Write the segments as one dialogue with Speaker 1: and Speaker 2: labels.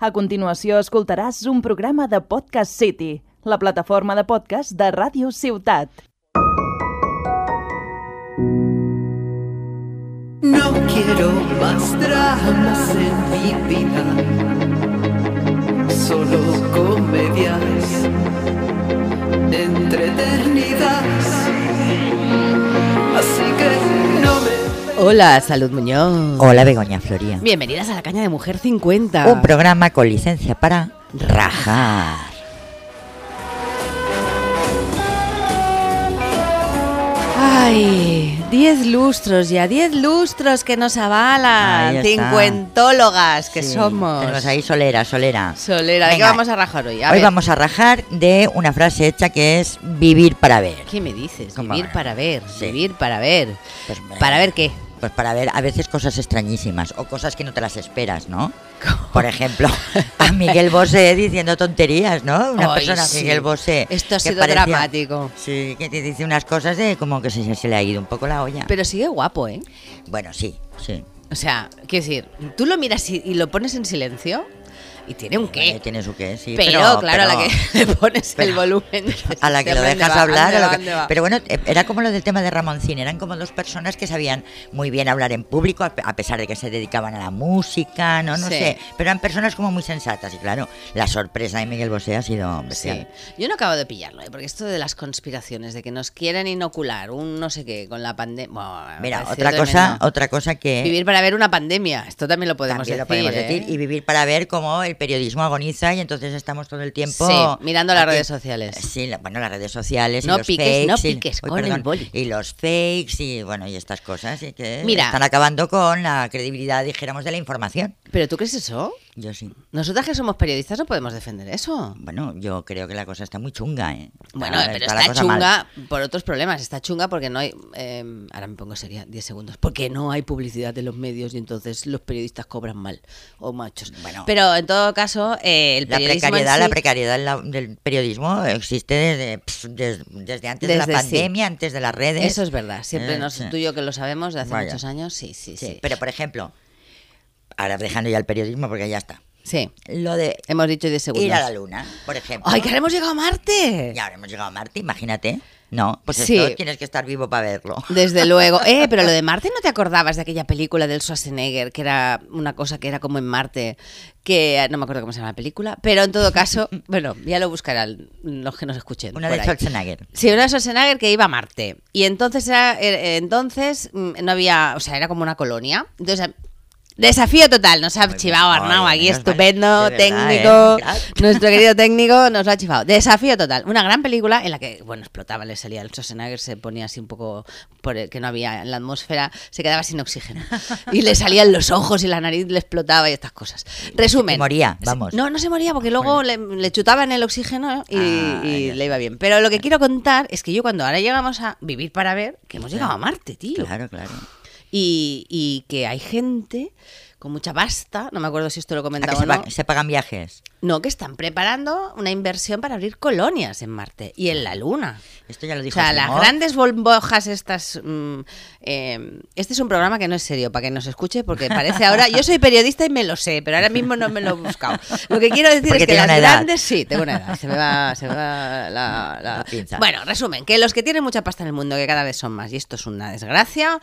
Speaker 1: A continuació escoltaràs un programa de Podcast City, la plataforma de podcast de Ràdio Ciutat.
Speaker 2: No quiero más dramas en mi vida, solo comedias entre eternidades. Así que no me.
Speaker 3: Hola, Salud Muñoz.
Speaker 4: Hola Begoña Floría.
Speaker 3: Bienvenidas a la caña de Mujer 50.
Speaker 4: Un programa con licencia para rajar.
Speaker 3: Ay, 10 lustros ya, 10 lustros que nos
Speaker 4: Ahí
Speaker 3: avalan.
Speaker 4: está.
Speaker 3: Cincuentólogas que
Speaker 4: Sí,
Speaker 3: somos.
Speaker 4: Tenemos ahí solera, solera.
Speaker 3: Solera, ¿de qué
Speaker 4: Venga.
Speaker 3: vamos a rajar hoy? A
Speaker 4: Hoy
Speaker 3: ver,
Speaker 4: vamos a rajar de una frase hecha que es vivir para ver.
Speaker 3: ¿Qué me dices?
Speaker 4: ¿Cómo
Speaker 3: Vivir
Speaker 4: va?
Speaker 3: para ver,
Speaker 4: Sí.
Speaker 3: vivir para ver.
Speaker 4: Pues, eh,
Speaker 3: ¿Para ver qué?
Speaker 4: Pues para ver a veces cosas extrañísimas o cosas que no te las esperas, ¿no? Por ejemplo, a Miguel Bosé diciendo tonterías, ¿no? Una
Speaker 3: Ay,
Speaker 4: persona,
Speaker 3: sí.
Speaker 4: Miguel Bosé.
Speaker 3: Esto ha
Speaker 4: que
Speaker 3: sido
Speaker 4: parecía-
Speaker 3: dramático.
Speaker 4: Sí, que te dice unas cosas de como que se, se le ha ido un poco la olla.
Speaker 3: Pero sigue guapo, ¿eh?
Speaker 4: Bueno, sí, sí.
Speaker 3: O sea, quiero decir, tú lo miras y, y lo pones en silencio y tiene un
Speaker 4: Vale,
Speaker 3: qué.
Speaker 4: Tiene su qué, sí.
Speaker 3: pero, claro, a la
Speaker 4: pero-
Speaker 3: que le pones el
Speaker 4: pero-
Speaker 3: volumen.
Speaker 4: a la que
Speaker 3: dices,
Speaker 4: lo
Speaker 3: "¿Dónde
Speaker 4: dejas
Speaker 3: va?
Speaker 4: hablar.
Speaker 3: ¿Dónde
Speaker 4: a lo
Speaker 3: va?
Speaker 4: que-
Speaker 3: ¿Dónde va?".
Speaker 4: Pero bueno, eh, era como lo del tema de Ramoncín, eran como dos personas que sabían muy bien hablar en público, a pe- a pesar de que se dedicaban a la música, no, no
Speaker 3: Sí.
Speaker 4: sé, pero eran personas como muy sensatas y claro, la sorpresa de Miguel Bosé ha sido bestial.
Speaker 3: Sí. Yo no acabo de pillarlo, ¿eh? porque esto de las conspiraciones, de que nos quieren inocular un no sé qué con la pandemia.
Speaker 4: Mira, otra cosa, otra cosa que
Speaker 3: Vivir para ver una pandemia, esto también lo podemos
Speaker 4: también
Speaker 3: decir.
Speaker 4: lo podemos
Speaker 3: ¿eh?
Speaker 4: decir y vivir para ver cómo el periodismo agoniza y entonces estamos todo el tiempo
Speaker 3: Sí, mirando las
Speaker 4: aquí-
Speaker 3: redes sociales.
Speaker 4: Sí, la- bueno, las redes sociales. y
Speaker 3: No
Speaker 4: los
Speaker 3: piques,
Speaker 4: fakes
Speaker 3: no
Speaker 4: y-
Speaker 3: piques
Speaker 4: uy,
Speaker 3: con el
Speaker 4: perdón,
Speaker 3: boli.
Speaker 4: Y los fakes y bueno y estas cosas y que
Speaker 3: Mira.
Speaker 4: están acabando con la credibilidad, dijéramos, de la información.
Speaker 3: ¿Pero tú crees eso?
Speaker 4: Yo sí.
Speaker 3: Nosotras que somos periodistas no podemos defender eso.
Speaker 4: Bueno, yo creo que la cosa está muy chunga, ¿eh?
Speaker 3: Bueno,
Speaker 4: Ahora
Speaker 3: pero
Speaker 4: está la
Speaker 3: está
Speaker 4: cosa mal.
Speaker 3: chunga por otros problemas. Está chunga porque no hay. eh, ahora me pongo seria 10 segundos. Porque no hay publicidad de los medios y entonces los periodistas cobran mal. O machos.
Speaker 4: Bueno.
Speaker 3: pero en todo caso, eh, el
Speaker 4: La
Speaker 3: periodismo en
Speaker 4: precariedad, la
Speaker 3: sí-
Speaker 4: precariedad en la- del periodismo existe desde, pf, des- desde antes de la
Speaker 3: Desde sí.
Speaker 4: pandemia, antes de las redes.
Speaker 3: Eso es verdad, siempre
Speaker 4: Eh,
Speaker 3: nos,
Speaker 4: sí.
Speaker 3: tú y yo que lo sabemos de hace
Speaker 4: Vaya.
Speaker 3: muchos años, sí, sí,
Speaker 4: Sí,
Speaker 3: sí.
Speaker 4: Pero, por ejemplo, ahora dejando ya el periodismo porque ya está.
Speaker 3: Sí,
Speaker 4: Lo de
Speaker 3: hemos dicho 10 segundos.
Speaker 4: ir a la luna, por ejemplo.
Speaker 3: Eh, ¡Ay, que ahora hemos llegado a Marte!
Speaker 4: Y ahora hemos llegado a Marte, imagínate. No, pues
Speaker 3: Sí.
Speaker 4: esto tienes que estar vivo para verlo.
Speaker 3: Desde luego. Eh, pero lo de Marte, ¿no te acordabas de aquella película del Schwarzenegger, que era una cosa que era como en Marte, que no me acuerdo cómo se llama la película, pero en todo caso, bueno, ya lo buscarán los que nos escuchen.
Speaker 4: Una
Speaker 3: por
Speaker 4: de
Speaker 3: ahí.
Speaker 4: Schwarzenegger.
Speaker 3: Sí, una de Schwarzenegger que iba a Marte. Y entonces era- eh, eh, entonces mm, no había, o sea, era como una colonia. Entonces, eh, desafío total, nos ha
Speaker 4: bien.
Speaker 3: chivado Arnau
Speaker 4: Ay,
Speaker 3: aquí,
Speaker 4: menos mal.
Speaker 3: estupendo,
Speaker 4: De verdad,
Speaker 3: técnico,
Speaker 4: ¿eh? Crack.
Speaker 3: nuestro querido técnico nos lo ha chivado. Desafío total, una gran película en la que, bueno, explotaba, le salía el Schwarzenegger, se ponía así un poco, por el, que no había en la atmósfera, se quedaba sin oxígeno. Y le salían los ojos y la nariz le explotaba y estas cosas. Resumen.
Speaker 4: Se moría,
Speaker 3: Sí,
Speaker 4: vamos.
Speaker 3: No, no se moría porque luego le, le chutaban el oxígeno y,
Speaker 4: Ah,
Speaker 3: y
Speaker 4: ya.
Speaker 3: le iba bien. Pero lo que quiero contar es que yo cuando ahora llegamos a vivir para ver, que hemos llegado a Marte, tío.
Speaker 4: Claro, claro.
Speaker 3: Y, y que hay gente con mucha pasta, no me acuerdo si esto lo he
Speaker 4: ¿A que
Speaker 3: comentado o
Speaker 4: se,
Speaker 3: no,
Speaker 4: pa- se pagan viajes.
Speaker 3: no, que están preparando una inversión para abrir colonias en Marte y en la Luna.
Speaker 4: Esto ya lo
Speaker 3: O
Speaker 4: dijo
Speaker 3: sea, las
Speaker 4: Asimov.
Speaker 3: grandes bombojas estas... mm, eh, este es un programa que no es serio, para que nos escuche, porque parece ahora... Yo soy periodista y me lo sé, pero ahora mismo no me lo he buscado. Lo que quiero decir
Speaker 4: Porque
Speaker 3: es que
Speaker 4: tiene
Speaker 3: las
Speaker 4: una edad.
Speaker 3: grandes... Sí, tengo una edad. Se me va, se me va la, la-
Speaker 4: La pinza.
Speaker 3: Bueno, resumen, que los que tienen mucha pasta en el mundo, que cada vez son más, y esto es una desgracia,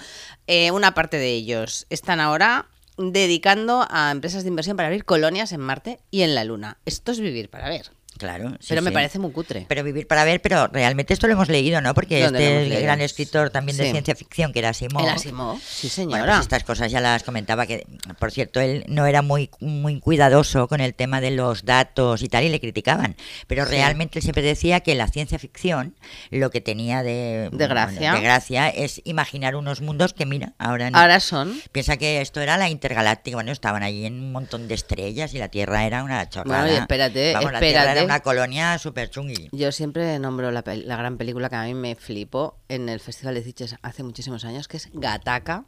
Speaker 3: eh, una parte de ellos están ahora dedicando a empresas de inversión para abrir colonias en Marte y en la Luna. Esto es vivir para ver.
Speaker 4: Claro, sí,
Speaker 3: pero me
Speaker 4: sí.
Speaker 3: parece muy cutre.
Speaker 4: Pero vivir para ver, pero realmente esto lo hemos leído, ¿no? Porque
Speaker 3: ¿Dónde lo
Speaker 4: este
Speaker 3: hemos leído?
Speaker 4: gran escritor también
Speaker 3: Sí.
Speaker 4: de ciencia ficción, que era Asimov.
Speaker 3: el Asimov, sí señora.
Speaker 4: Bueno, pues estas cosas ya las comentaba que, por cierto, él no era muy, muy cuidadoso con el tema de los datos y tal, y le criticaban. Pero realmente él siempre decía que la ciencia ficción lo que tenía de,
Speaker 3: De gracia.
Speaker 4: de gracia es imaginar unos mundos que, mira, ahora no.
Speaker 3: Ahora son.
Speaker 4: Piensa que esto era la intergaláctica, bueno, estaban allí en un montón de estrellas y la Tierra era una chorrada.
Speaker 3: Bueno, y espérate,
Speaker 4: Vamos, la
Speaker 3: espérate.
Speaker 4: Tierra era una colonia súper chungui.
Speaker 3: Yo siempre nombro la, pel- la gran película que a mí me flipó en el Festival de Sitges hace muchísimos años, que es Gataca,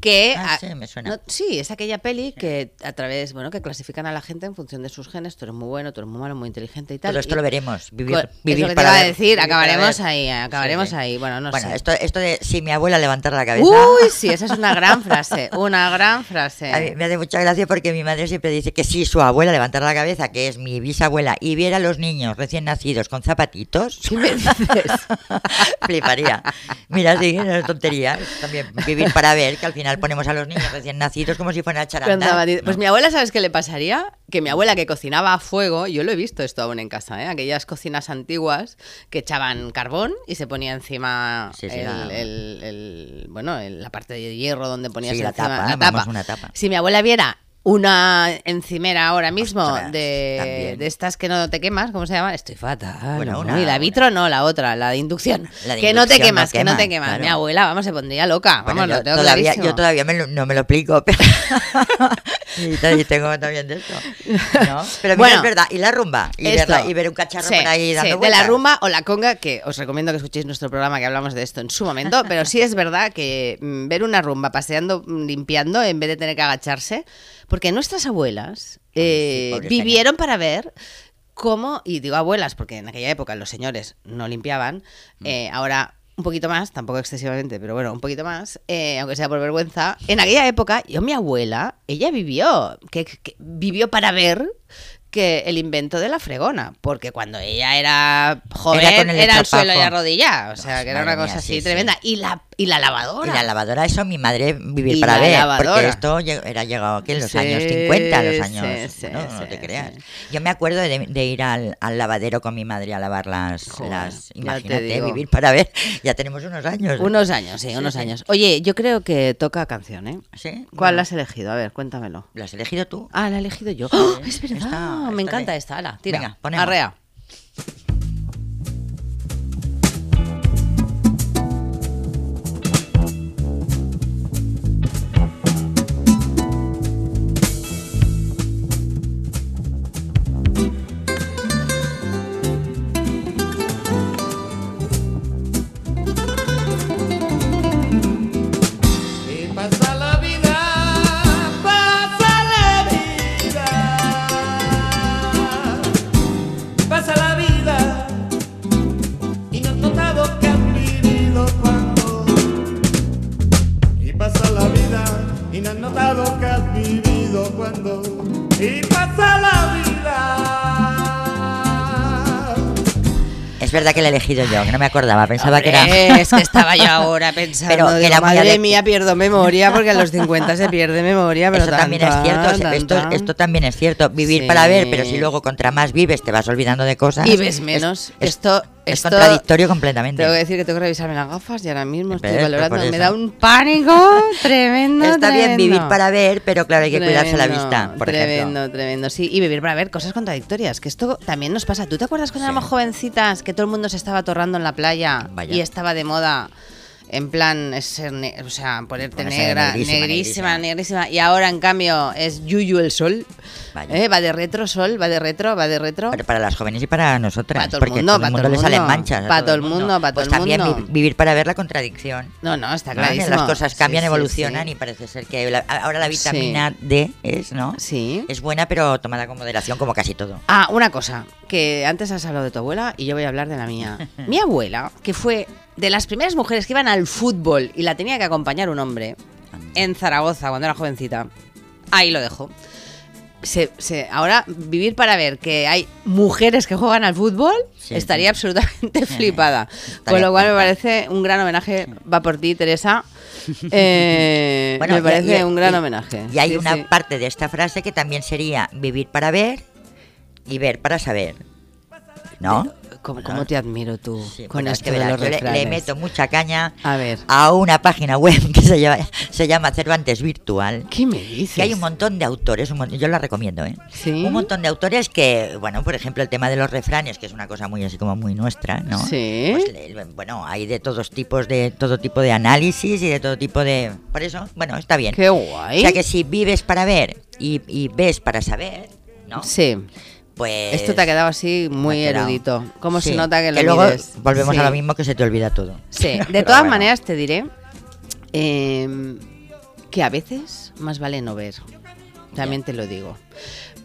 Speaker 3: que
Speaker 4: Ah,
Speaker 3: a-
Speaker 4: sí, me suena.
Speaker 3: sí, es aquella peli que a través, bueno, que clasifican a la gente en función de sus genes, tú eres muy bueno, tú eres muy malo, muy inteligente y tal.
Speaker 4: Todo esto
Speaker 3: y-
Speaker 4: lo veremos. Vivir,
Speaker 3: Co-
Speaker 4: vivir
Speaker 3: eso que te
Speaker 4: para
Speaker 3: iba a
Speaker 4: ver,
Speaker 3: decir,
Speaker 4: vivir para
Speaker 3: acabaremos
Speaker 4: ver.
Speaker 3: ahí, acabaremos
Speaker 4: Sí, sí.
Speaker 3: ahí. Bueno, no
Speaker 4: bueno,
Speaker 3: sé.
Speaker 4: esto, esto de si mi abuela levantara la cabeza.
Speaker 3: Uy, sí, esa es una gran frase, una gran
Speaker 4: A mí
Speaker 3: frase.
Speaker 4: me hace mucha gracia porque mi madre siempre dice que si su abuela levantara la cabeza, que es mi bisabuela, y viera a los niños recién nacidos con zapatitos,
Speaker 3: ¿Qué me dices?
Speaker 4: fliparía. Mira, sí, no es tontería. También vivir para ver, que al final ponemos a los niños recién nacidos como si fueran
Speaker 3: Con
Speaker 4: charanda.
Speaker 3: zapatito. Pues mi abuela, ¿sabes qué le pasaría? Que mi abuela que cocinaba a fuego, yo lo he visto esto aún en casa, ¿eh? aquellas cocinas antiguas que echaban carbón y se ponía encima
Speaker 4: Sí, sí,
Speaker 3: el,
Speaker 4: la-
Speaker 3: el- el- bueno, el- la parte de hierro donde ponías
Speaker 4: Sí, la
Speaker 3: encima-
Speaker 4: tapa, vamos, una tapa.
Speaker 3: Si mi abuela viera una encimera ahora mismo
Speaker 4: Ostras,
Speaker 3: de,
Speaker 4: también.
Speaker 3: de estas que no te quemas, ¿cómo se llama? Estoy fatal.
Speaker 4: Bueno,
Speaker 3: amor.
Speaker 4: una-
Speaker 3: y la vitro no, la otra, la de inducción.
Speaker 4: La de
Speaker 3: que no te
Speaker 4: inducción no
Speaker 3: quemas, que no te
Speaker 4: quema,
Speaker 3: quemas. Mi
Speaker 4: claro.
Speaker 3: abuela, vamos, se pondría loca. Vamos,
Speaker 4: Bueno,
Speaker 3: Ah, lo
Speaker 4: yo,
Speaker 3: tengo
Speaker 4: todavía,
Speaker 3: clarísimo.
Speaker 4: yo todavía me lo- no me lo explico, pero y tal, y tengo también de esto. ¿no? Pero mira,
Speaker 3: Bueno.
Speaker 4: es verdad, y la rumba, y,
Speaker 3: Esto.
Speaker 4: verla- y ver un cacharro
Speaker 3: Sí,
Speaker 4: por ahí dando
Speaker 3: sí, de la
Speaker 4: vueltas.
Speaker 3: rumba o la conga, que os recomiendo que escuchéis nuestro programa que hablamos de esto en su momento, pero sí es verdad que mm, ver una rumba paseando, mm, limpiando, en vez de tener que agacharse, porque nuestras abuelas eh,
Speaker 4: pobres
Speaker 3: vivieron para ver cómo, y digo abuelas, porque en aquella época los señores no limpiaban,
Speaker 4: Mm.
Speaker 3: eh, ahora... Un poquito más, tampoco excesivamente, pero bueno, un poquito más, eh, aunque sea por vergüenza. En aquella época, yo, mi abuela, ella vivió, que, que vivió para ver que el invento de la fregona, porque cuando ella era joven
Speaker 4: Era
Speaker 3: era,
Speaker 4: con el
Speaker 3: al suelo y
Speaker 4: estropajo.
Speaker 3: arrodillada, o sea,
Speaker 4: Dios,
Speaker 3: que era
Speaker 4: madre
Speaker 3: una cosa
Speaker 4: mía,
Speaker 3: así
Speaker 4: sí, sí.
Speaker 3: tremenda. Y la, y la
Speaker 4: Y
Speaker 3: lavadora.
Speaker 4: la lavadora, eso mi madre vivir
Speaker 3: Y
Speaker 4: para
Speaker 3: la
Speaker 4: ver, porque
Speaker 3: lavadora.
Speaker 4: esto lle- era llegado aquí en los
Speaker 3: Sí,
Speaker 4: años 50, los
Speaker 3: sí,
Speaker 4: años,
Speaker 3: sí,
Speaker 4: no, no
Speaker 3: sí,
Speaker 4: te
Speaker 3: sí.
Speaker 4: creas. Yo me acuerdo de, de ir al, al lavadero con mi madre a lavar las,
Speaker 3: Joder,
Speaker 4: las
Speaker 3: ya te
Speaker 4: imagínate,
Speaker 3: digo.
Speaker 4: vivir para ver, ya tenemos unos años.
Speaker 3: Unos años, sí, unos
Speaker 4: sí.
Speaker 3: años. Oye, yo creo que toca canción, ¿eh?
Speaker 4: ¿Sí?
Speaker 3: ¿Cuál
Speaker 4: Bueno,
Speaker 3: has elegido? A ver, cuéntamelo.
Speaker 4: ¿Las has elegido tú?
Speaker 3: Ah, la he elegido yo. ¡Oh! es verdad,
Speaker 4: esta-
Speaker 3: me
Speaker 4: esta
Speaker 3: encanta
Speaker 4: de-
Speaker 3: esta, ala, tira.
Speaker 4: Venga, ponemos.
Speaker 3: Arrea.
Speaker 2: Y pasa la vida, pasa la vida, pasa la vida y no has notado que han vivido cuando. Y pasa la vida y no has notado que has vivido cuando. Y pasa la vida.
Speaker 4: Es verdad que la he elegido yo, que no me acordaba, pensaba que era...
Speaker 3: Hombre, Es que estaba yo ahora pensando.
Speaker 4: Pero que
Speaker 3: digo,
Speaker 4: era muy
Speaker 3: madre
Speaker 4: adec-
Speaker 3: mía, pierdo memoria porque a los 50 se pierde memoria. Pero
Speaker 4: Eso también es
Speaker 3: tanta,
Speaker 4: cierto, o sea, esto,
Speaker 3: tanta.
Speaker 4: esto también es cierto, vivir
Speaker 3: Sí.
Speaker 4: para ver, pero si luego contra más vives te vas olvidando de cosas.
Speaker 3: Y ves
Speaker 4: Es-
Speaker 3: menos.
Speaker 4: Es,
Speaker 3: esto,
Speaker 4: es
Speaker 3: esto-
Speaker 4: contradictorio completamente.
Speaker 3: Tengo que decir que tengo que revisarme las gafas y ahora mismo estoy
Speaker 4: Ves, pero
Speaker 3: valorando.
Speaker 4: por
Speaker 3: Me
Speaker 4: eso.
Speaker 3: da un pánico tremendo.
Speaker 4: Está bien
Speaker 3: tremendo.
Speaker 4: vivir para ver, pero claro, hay que cuidarse la
Speaker 3: Tremendo,
Speaker 4: vista, por
Speaker 3: Tremendo,
Speaker 4: ejemplo.
Speaker 3: tremendo. Sí, y vivir para ver cosas contradictorias, que esto también nos pasa. ¿Tú te acuerdas cuando éramos jovencitas que todo el mundo se estaba torrando en la playa
Speaker 4: Vaya.
Speaker 3: y estaba de moda? En plan, es ser ne- o sea, ponerte
Speaker 4: Ponerse
Speaker 3: negra,
Speaker 4: negrísima,
Speaker 3: negrísima, negrísima,
Speaker 4: negrísima.
Speaker 3: Y ahora, en cambio, es Yuyu el sol.
Speaker 4: Vaya.
Speaker 3: ¿Eh? Va de retro sol, va de retro, va de retro.
Speaker 4: Pero para las jóvenes y para nosotras,
Speaker 3: Pa' todo el
Speaker 4: porque
Speaker 3: mundo,
Speaker 4: todo
Speaker 3: pa'
Speaker 4: el mundo
Speaker 3: todo el
Speaker 4: le salen
Speaker 3: mundo.
Speaker 4: manchas. a
Speaker 3: Pa' todo el mundo, pa' todo
Speaker 4: Pues
Speaker 3: el
Speaker 4: también
Speaker 3: mundo.
Speaker 4: vi- vivir para ver la contradicción.
Speaker 3: No, no, está
Speaker 4: ¿no? Que
Speaker 3: clarísimo.
Speaker 4: Las cosas
Speaker 3: Sí,
Speaker 4: cambian,
Speaker 3: sí,
Speaker 4: evolucionan
Speaker 3: sí.
Speaker 4: y parece ser que la- ahora la vitamina D es, ¿no?
Speaker 3: Sí.
Speaker 4: Es buena, pero tomada con moderación, como casi todo.
Speaker 3: Ah, una cosa, que antes has hablado de tu abuela y yo voy a hablar de la mía. Mi abuela, que fue de las primeras mujeres que iban al fútbol y la tenía que acompañar un hombre en Zaragoza cuando era jovencita, ahí lo dejo. Se- se- ahora vivir para ver que hay mujeres que juegan al fútbol
Speaker 4: Sí.
Speaker 3: estaría absolutamente flipada. Con
Speaker 4: Estaría
Speaker 3: lo cual me
Speaker 4: flipada.
Speaker 3: parece un gran homenaje. Va por ti, Teresa. Eh,
Speaker 4: Bueno,
Speaker 3: me
Speaker 4: y-
Speaker 3: parece
Speaker 4: y-
Speaker 3: un gran
Speaker 4: y-
Speaker 3: homenaje.
Speaker 4: Y hay
Speaker 3: Sí,
Speaker 4: una
Speaker 3: sí.
Speaker 4: parte de esta frase que también sería vivir para ver y ver para saber. ¿No?
Speaker 3: ¿Cómo,
Speaker 4: Bueno,
Speaker 3: cómo te admiro tú
Speaker 4: sí,
Speaker 3: con
Speaker 4: bueno, es
Speaker 3: esto
Speaker 4: que
Speaker 3: de
Speaker 4: verás,
Speaker 3: los
Speaker 4: yo le- le,
Speaker 3: refranes?
Speaker 4: meto mucha caña
Speaker 3: A ver.
Speaker 4: a una página web que se llama, se llama Cervantes Virtual.
Speaker 3: ¿Qué me dices?
Speaker 4: Que hay un montón de autores, un mon- yo la recomiendo, ¿eh?
Speaker 3: Sí.
Speaker 4: Un montón de autores que, bueno, por ejemplo, el tema de los refranes, que es una cosa muy así como muy nuestra, ¿no?
Speaker 3: Sí.
Speaker 4: Pues, le- bueno, hay de todos tipos de todo tipo de análisis y de todo tipo de, por eso, bueno, está bien.
Speaker 3: Qué guay.
Speaker 4: O sea que si vives para ver y, y ves para saber, ¿no?
Speaker 3: Sí.
Speaker 4: Pues
Speaker 3: Esto te ha quedado así muy
Speaker 4: me ha quedado.
Speaker 3: erudito. ¿Cómo se
Speaker 4: Sí,
Speaker 3: nota que lo
Speaker 4: luego
Speaker 3: mides?
Speaker 4: volvemos
Speaker 3: Sí.
Speaker 4: a lo mismo que se te olvida todo.
Speaker 3: Sí. De
Speaker 4: Pero
Speaker 3: todas
Speaker 4: bueno.
Speaker 3: maneras te diré, eh, que a veces más vale no ver. También te lo digo.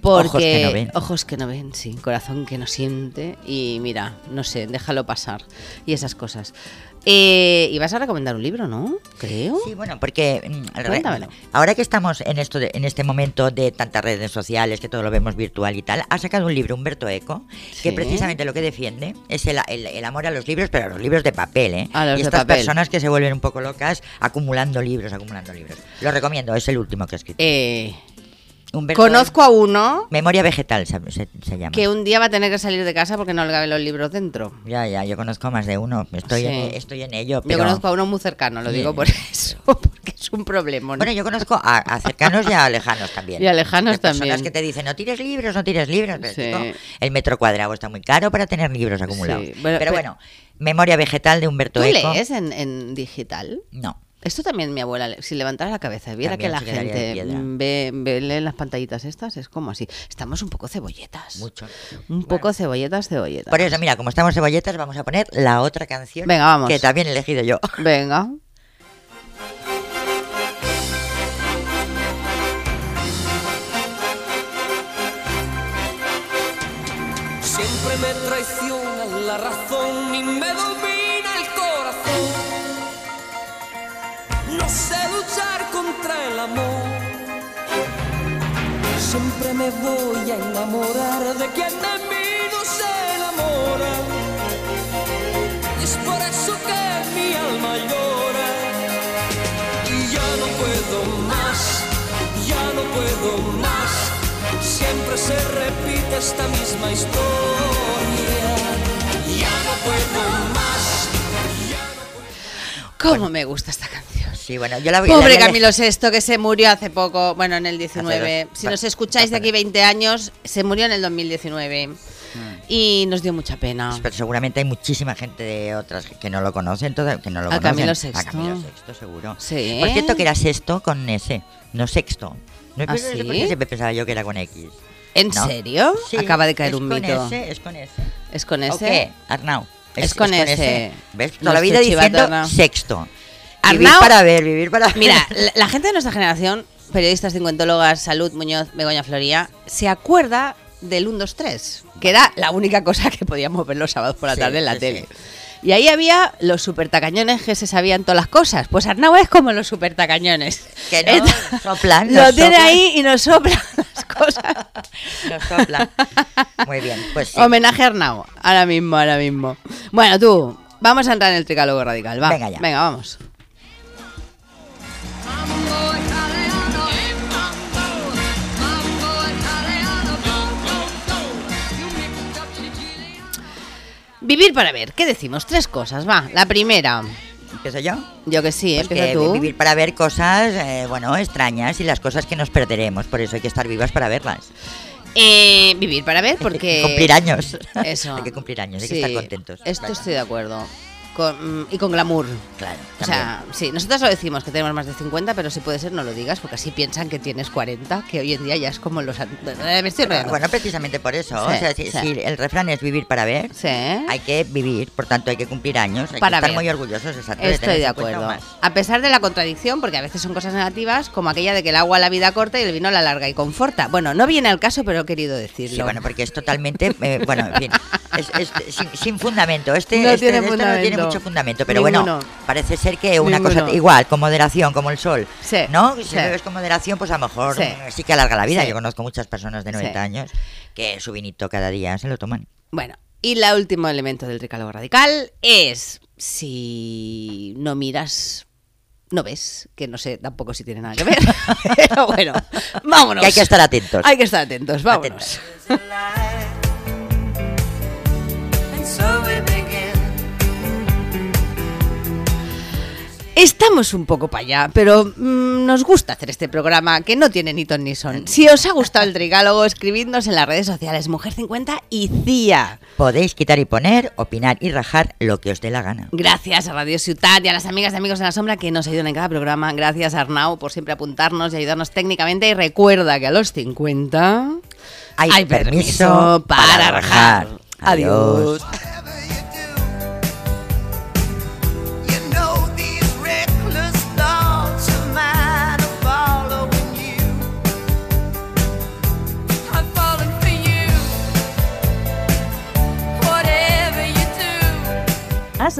Speaker 3: Porque
Speaker 4: Ojos que no ven.
Speaker 3: ojos que no ven, sí, corazón que no siente y mira, no sé, déjalo pasar y esas cosas. Eh, y vas a recomendar un libro, ¿no? Creo.
Speaker 4: Sí, bueno, porque mm, re-
Speaker 3: Uh. Cuéntamelo.
Speaker 4: ahora que estamos en esto de- en este momento de tantas redes sociales, que todo lo vemos virtual y tal, ha sacado un libro, Humberto Eco,
Speaker 3: Sí.
Speaker 4: que precisamente lo que defiende es el, el- el amor a los libros, pero a los libros de papel, ¿eh?
Speaker 3: A los
Speaker 4: y
Speaker 3: de
Speaker 4: estas
Speaker 3: papel.
Speaker 4: personas que se vuelven un poco locas acumulando libros, acumulando libros. Lo recomiendo, es el último que he escrito.
Speaker 3: Eh,
Speaker 4: Humberto
Speaker 3: conozco a uno
Speaker 4: Memoria vegetal se, se- se llama.
Speaker 3: que un día va a tener que salir de casa porque no le caben los libros dentro.
Speaker 4: Ya, ya, yo conozco a más de uno. Estoy,
Speaker 3: Sí.
Speaker 4: en, estoy en ello.
Speaker 3: Yo
Speaker 4: Pero...
Speaker 3: conozco a uno muy cercano, lo
Speaker 4: Sí.
Speaker 3: digo por eso, porque es un problema.
Speaker 4: Bueno, yo conozco a, a cercanos y a lejanos también.
Speaker 3: Y a lejanos
Speaker 4: De personas
Speaker 3: también.
Speaker 4: que te dicen, no tires libros, no tires libros. Pero,
Speaker 3: Sí.
Speaker 4: chico, el metro cuadrado está muy caro para tener libros acumulados.
Speaker 3: Sí, bueno,
Speaker 4: Pero,
Speaker 3: pero-
Speaker 4: bueno, Memoria Vegetal de Humberto
Speaker 3: ¿Tú
Speaker 4: Eco.
Speaker 3: lees en, en digital?
Speaker 4: No.
Speaker 3: Esto también mi abuela, le- si levantara la cabeza y viera
Speaker 4: También
Speaker 3: que la
Speaker 4: se quedaría de
Speaker 3: gente
Speaker 4: piedra.
Speaker 3: mm, ve, ve- lee las pantallitas estas, es como así. Estamos un poco cebolletas.
Speaker 4: Mucho.
Speaker 3: Un poco cebolletas, cebolletas.
Speaker 4: Por eso, mira, como estamos cebolletas, vamos a poner la otra canción
Speaker 3: Venga, vamos.
Speaker 4: que también he elegido yo.
Speaker 3: Venga.
Speaker 5: Siempre me traiciona la razón y me domina el corazón. No sé luchar contra el amor. Siempre me voy a enamorar de quien de mí no se enamora. Y es por eso que mi alma llora. Y ya no puedo más, ya no puedo más. Siempre se repite esta misma historia. Ya no puedo más.
Speaker 3: ¿Cómo me gusta esta canción?
Speaker 4: Sí, bueno, yo la voy la voy
Speaker 3: Pobre
Speaker 4: a
Speaker 3: Camilo VI, que se murió hace poco, bueno, en el 19.
Speaker 4: Hace dos-
Speaker 3: si nos escucháis de aquí 20 años, se murió en el 2019.
Speaker 4: Mm.
Speaker 3: Y nos dio mucha pena.
Speaker 4: Pues, Pero seguramente hay muchísima gente de otras que no lo conocen, toda- que no lo
Speaker 3: A
Speaker 4: conocen.
Speaker 3: Camilo
Speaker 4: A
Speaker 3: Sexto.
Speaker 4: Camilo Sexto, seguro.
Speaker 3: Sí.
Speaker 4: Por cierto, que era sexto con S, no sexto. No,
Speaker 3: ¿Ah,
Speaker 4: no sé por
Speaker 3: sí?
Speaker 4: qué siempre pensaba yo que era con X.
Speaker 3: ¿En
Speaker 4: No.
Speaker 3: serio?
Speaker 4: Sí,
Speaker 3: Acaba de caer un
Speaker 4: Es
Speaker 3: mito.
Speaker 4: con S, es con S.
Speaker 3: ¿Es con
Speaker 4: ¿O
Speaker 3: ese?
Speaker 4: qué, Arnau?
Speaker 3: Es con S.
Speaker 4: ¿Ves?
Speaker 3: No
Speaker 4: Toda la vida
Speaker 3: estoy
Speaker 4: diciendo
Speaker 3: chivatona.
Speaker 4: sexto. Vivir
Speaker 3: Arnau-
Speaker 4: para ver, vivir para ver.
Speaker 3: Mira, la, la gente de nuestra generación, periodistas, cincuentólogas, Salud, Muñoz, Begoña Floría, se acuerda del 1, 2, 3, que era la única cosa que podíamos ver los sábados por la
Speaker 4: Sí,
Speaker 3: tarde en la
Speaker 4: sí,
Speaker 3: tele.
Speaker 4: sí.
Speaker 3: Y ahí había los supertacañones que se sabían todas las cosas. Pues Arnau es como los supertacañones.
Speaker 4: Que no,
Speaker 3: Esta-
Speaker 4: soplan,
Speaker 3: Lo
Speaker 4: nos
Speaker 3: tiene
Speaker 4: soplan.
Speaker 3: ahí y nos sopla las cosas.
Speaker 4: Nos sopla. Muy bien, pues sí.
Speaker 3: Homenaje a Arnau. Ahora mismo, ahora mismo. Bueno, tú, vamos a entrar en el tricálogo radical. Va.
Speaker 4: Venga ya.
Speaker 3: Venga, vamos. Vivir para ver. ¿Qué decimos? Tres cosas, va. La primera.
Speaker 4: ¿Empiezo yo?
Speaker 3: Yo que sí, ¿eh?
Speaker 4: Pues
Speaker 3: empieza
Speaker 4: que
Speaker 3: tú.
Speaker 4: vivir para ver cosas, eh, bueno, extrañas y las cosas que nos perderemos. Por eso hay que estar vivas para verlas.
Speaker 3: Eh, vivir para ver porque...
Speaker 4: Y cumplir años.
Speaker 3: Eso.
Speaker 4: hay que cumplir años, hay
Speaker 3: Sí,
Speaker 4: que estar contentos.
Speaker 3: Esto
Speaker 4: Vaya.
Speaker 3: estoy de acuerdo. Con- mm, y con glamour.
Speaker 4: Claro,
Speaker 3: O
Speaker 4: también.
Speaker 3: sea, sí, nosotros lo decimos que tenemos más de 50, pero si puede ser no lo digas, porque así piensan que tienes 40, que hoy en día ya es como los... an- Eh, Me estoy
Speaker 4: Bueno,
Speaker 3: riendo.
Speaker 4: bueno, precisamente por eso.
Speaker 3: Sí,
Speaker 4: o sea, si,
Speaker 3: sí.
Speaker 4: si el refrán es vivir para ver,
Speaker 3: Sí, ¿eh?
Speaker 4: hay que vivir, por tanto hay que cumplir años, hay
Speaker 3: Para
Speaker 4: que estar
Speaker 3: ver.
Speaker 4: muy orgullosos. exacto,
Speaker 3: Estoy
Speaker 4: tener
Speaker 3: de
Speaker 4: 50 o
Speaker 3: acuerdo.
Speaker 4: más.
Speaker 3: A pesar de la contradicción, porque a veces son cosas negativas, como aquella de que el agua la vida corta y el vino la larga y conforta. Bueno, no viene al caso, pero he querido decirlo.
Speaker 4: Sí, bueno, porque es totalmente, eh, bueno, en fin, es, es sin, sin fundamento. Este,
Speaker 3: No
Speaker 4: este-
Speaker 3: tiene
Speaker 4: esto no tiene
Speaker 3: fundamento.
Speaker 4: mucho fundamento, pero bueno,
Speaker 3: Ninguno.
Speaker 4: parece ser que una cosa
Speaker 3: Ninguno.
Speaker 4: igual, con moderación, como el sol,
Speaker 3: Sí,
Speaker 4: ¿no? Si
Speaker 3: sí.
Speaker 4: lo bebes con moderación, pues a lo mejor
Speaker 3: Sí.
Speaker 4: mm, sí, que alarga la vida.
Speaker 3: Sí.
Speaker 4: Yo conozco muchas personas de 90
Speaker 3: Sí.
Speaker 4: años que su vinito cada día se lo toman.
Speaker 3: Bueno, y el último elemento del tricálogo radical es si no miras, no ves, que no sé tampoco si tiene nada que ver. Pero bueno, vámonos.
Speaker 4: Que hay que estar atentos.
Speaker 3: Hay que estar atentos, vámonos.
Speaker 4: Atentos.
Speaker 5: It's a lie. E, And so we begin.
Speaker 3: Estamos un poco para allá, pero mm, nos gusta hacer este programa que no tiene ni ton ni son. Si os ha gustado el tricálogo, escribidnos en las redes sociales Mujer50 y CIA.
Speaker 4: Podéis quitar y poner, opinar y rajar lo que os dé la gana.
Speaker 3: Gracias a Radio Ciutat y a las amigas y amigos de la sombra que nos ayudan en cada programa. Gracias Arnau por siempre apuntarnos y ayudarnos técnicamente. Y recuerda que a los 50
Speaker 4: Hay permiso para rajar.
Speaker 3: Adiós.
Speaker 4: Adiós.
Speaker 5: Whatever you do, you know these reckless thoughts of mine are
Speaker 1: Has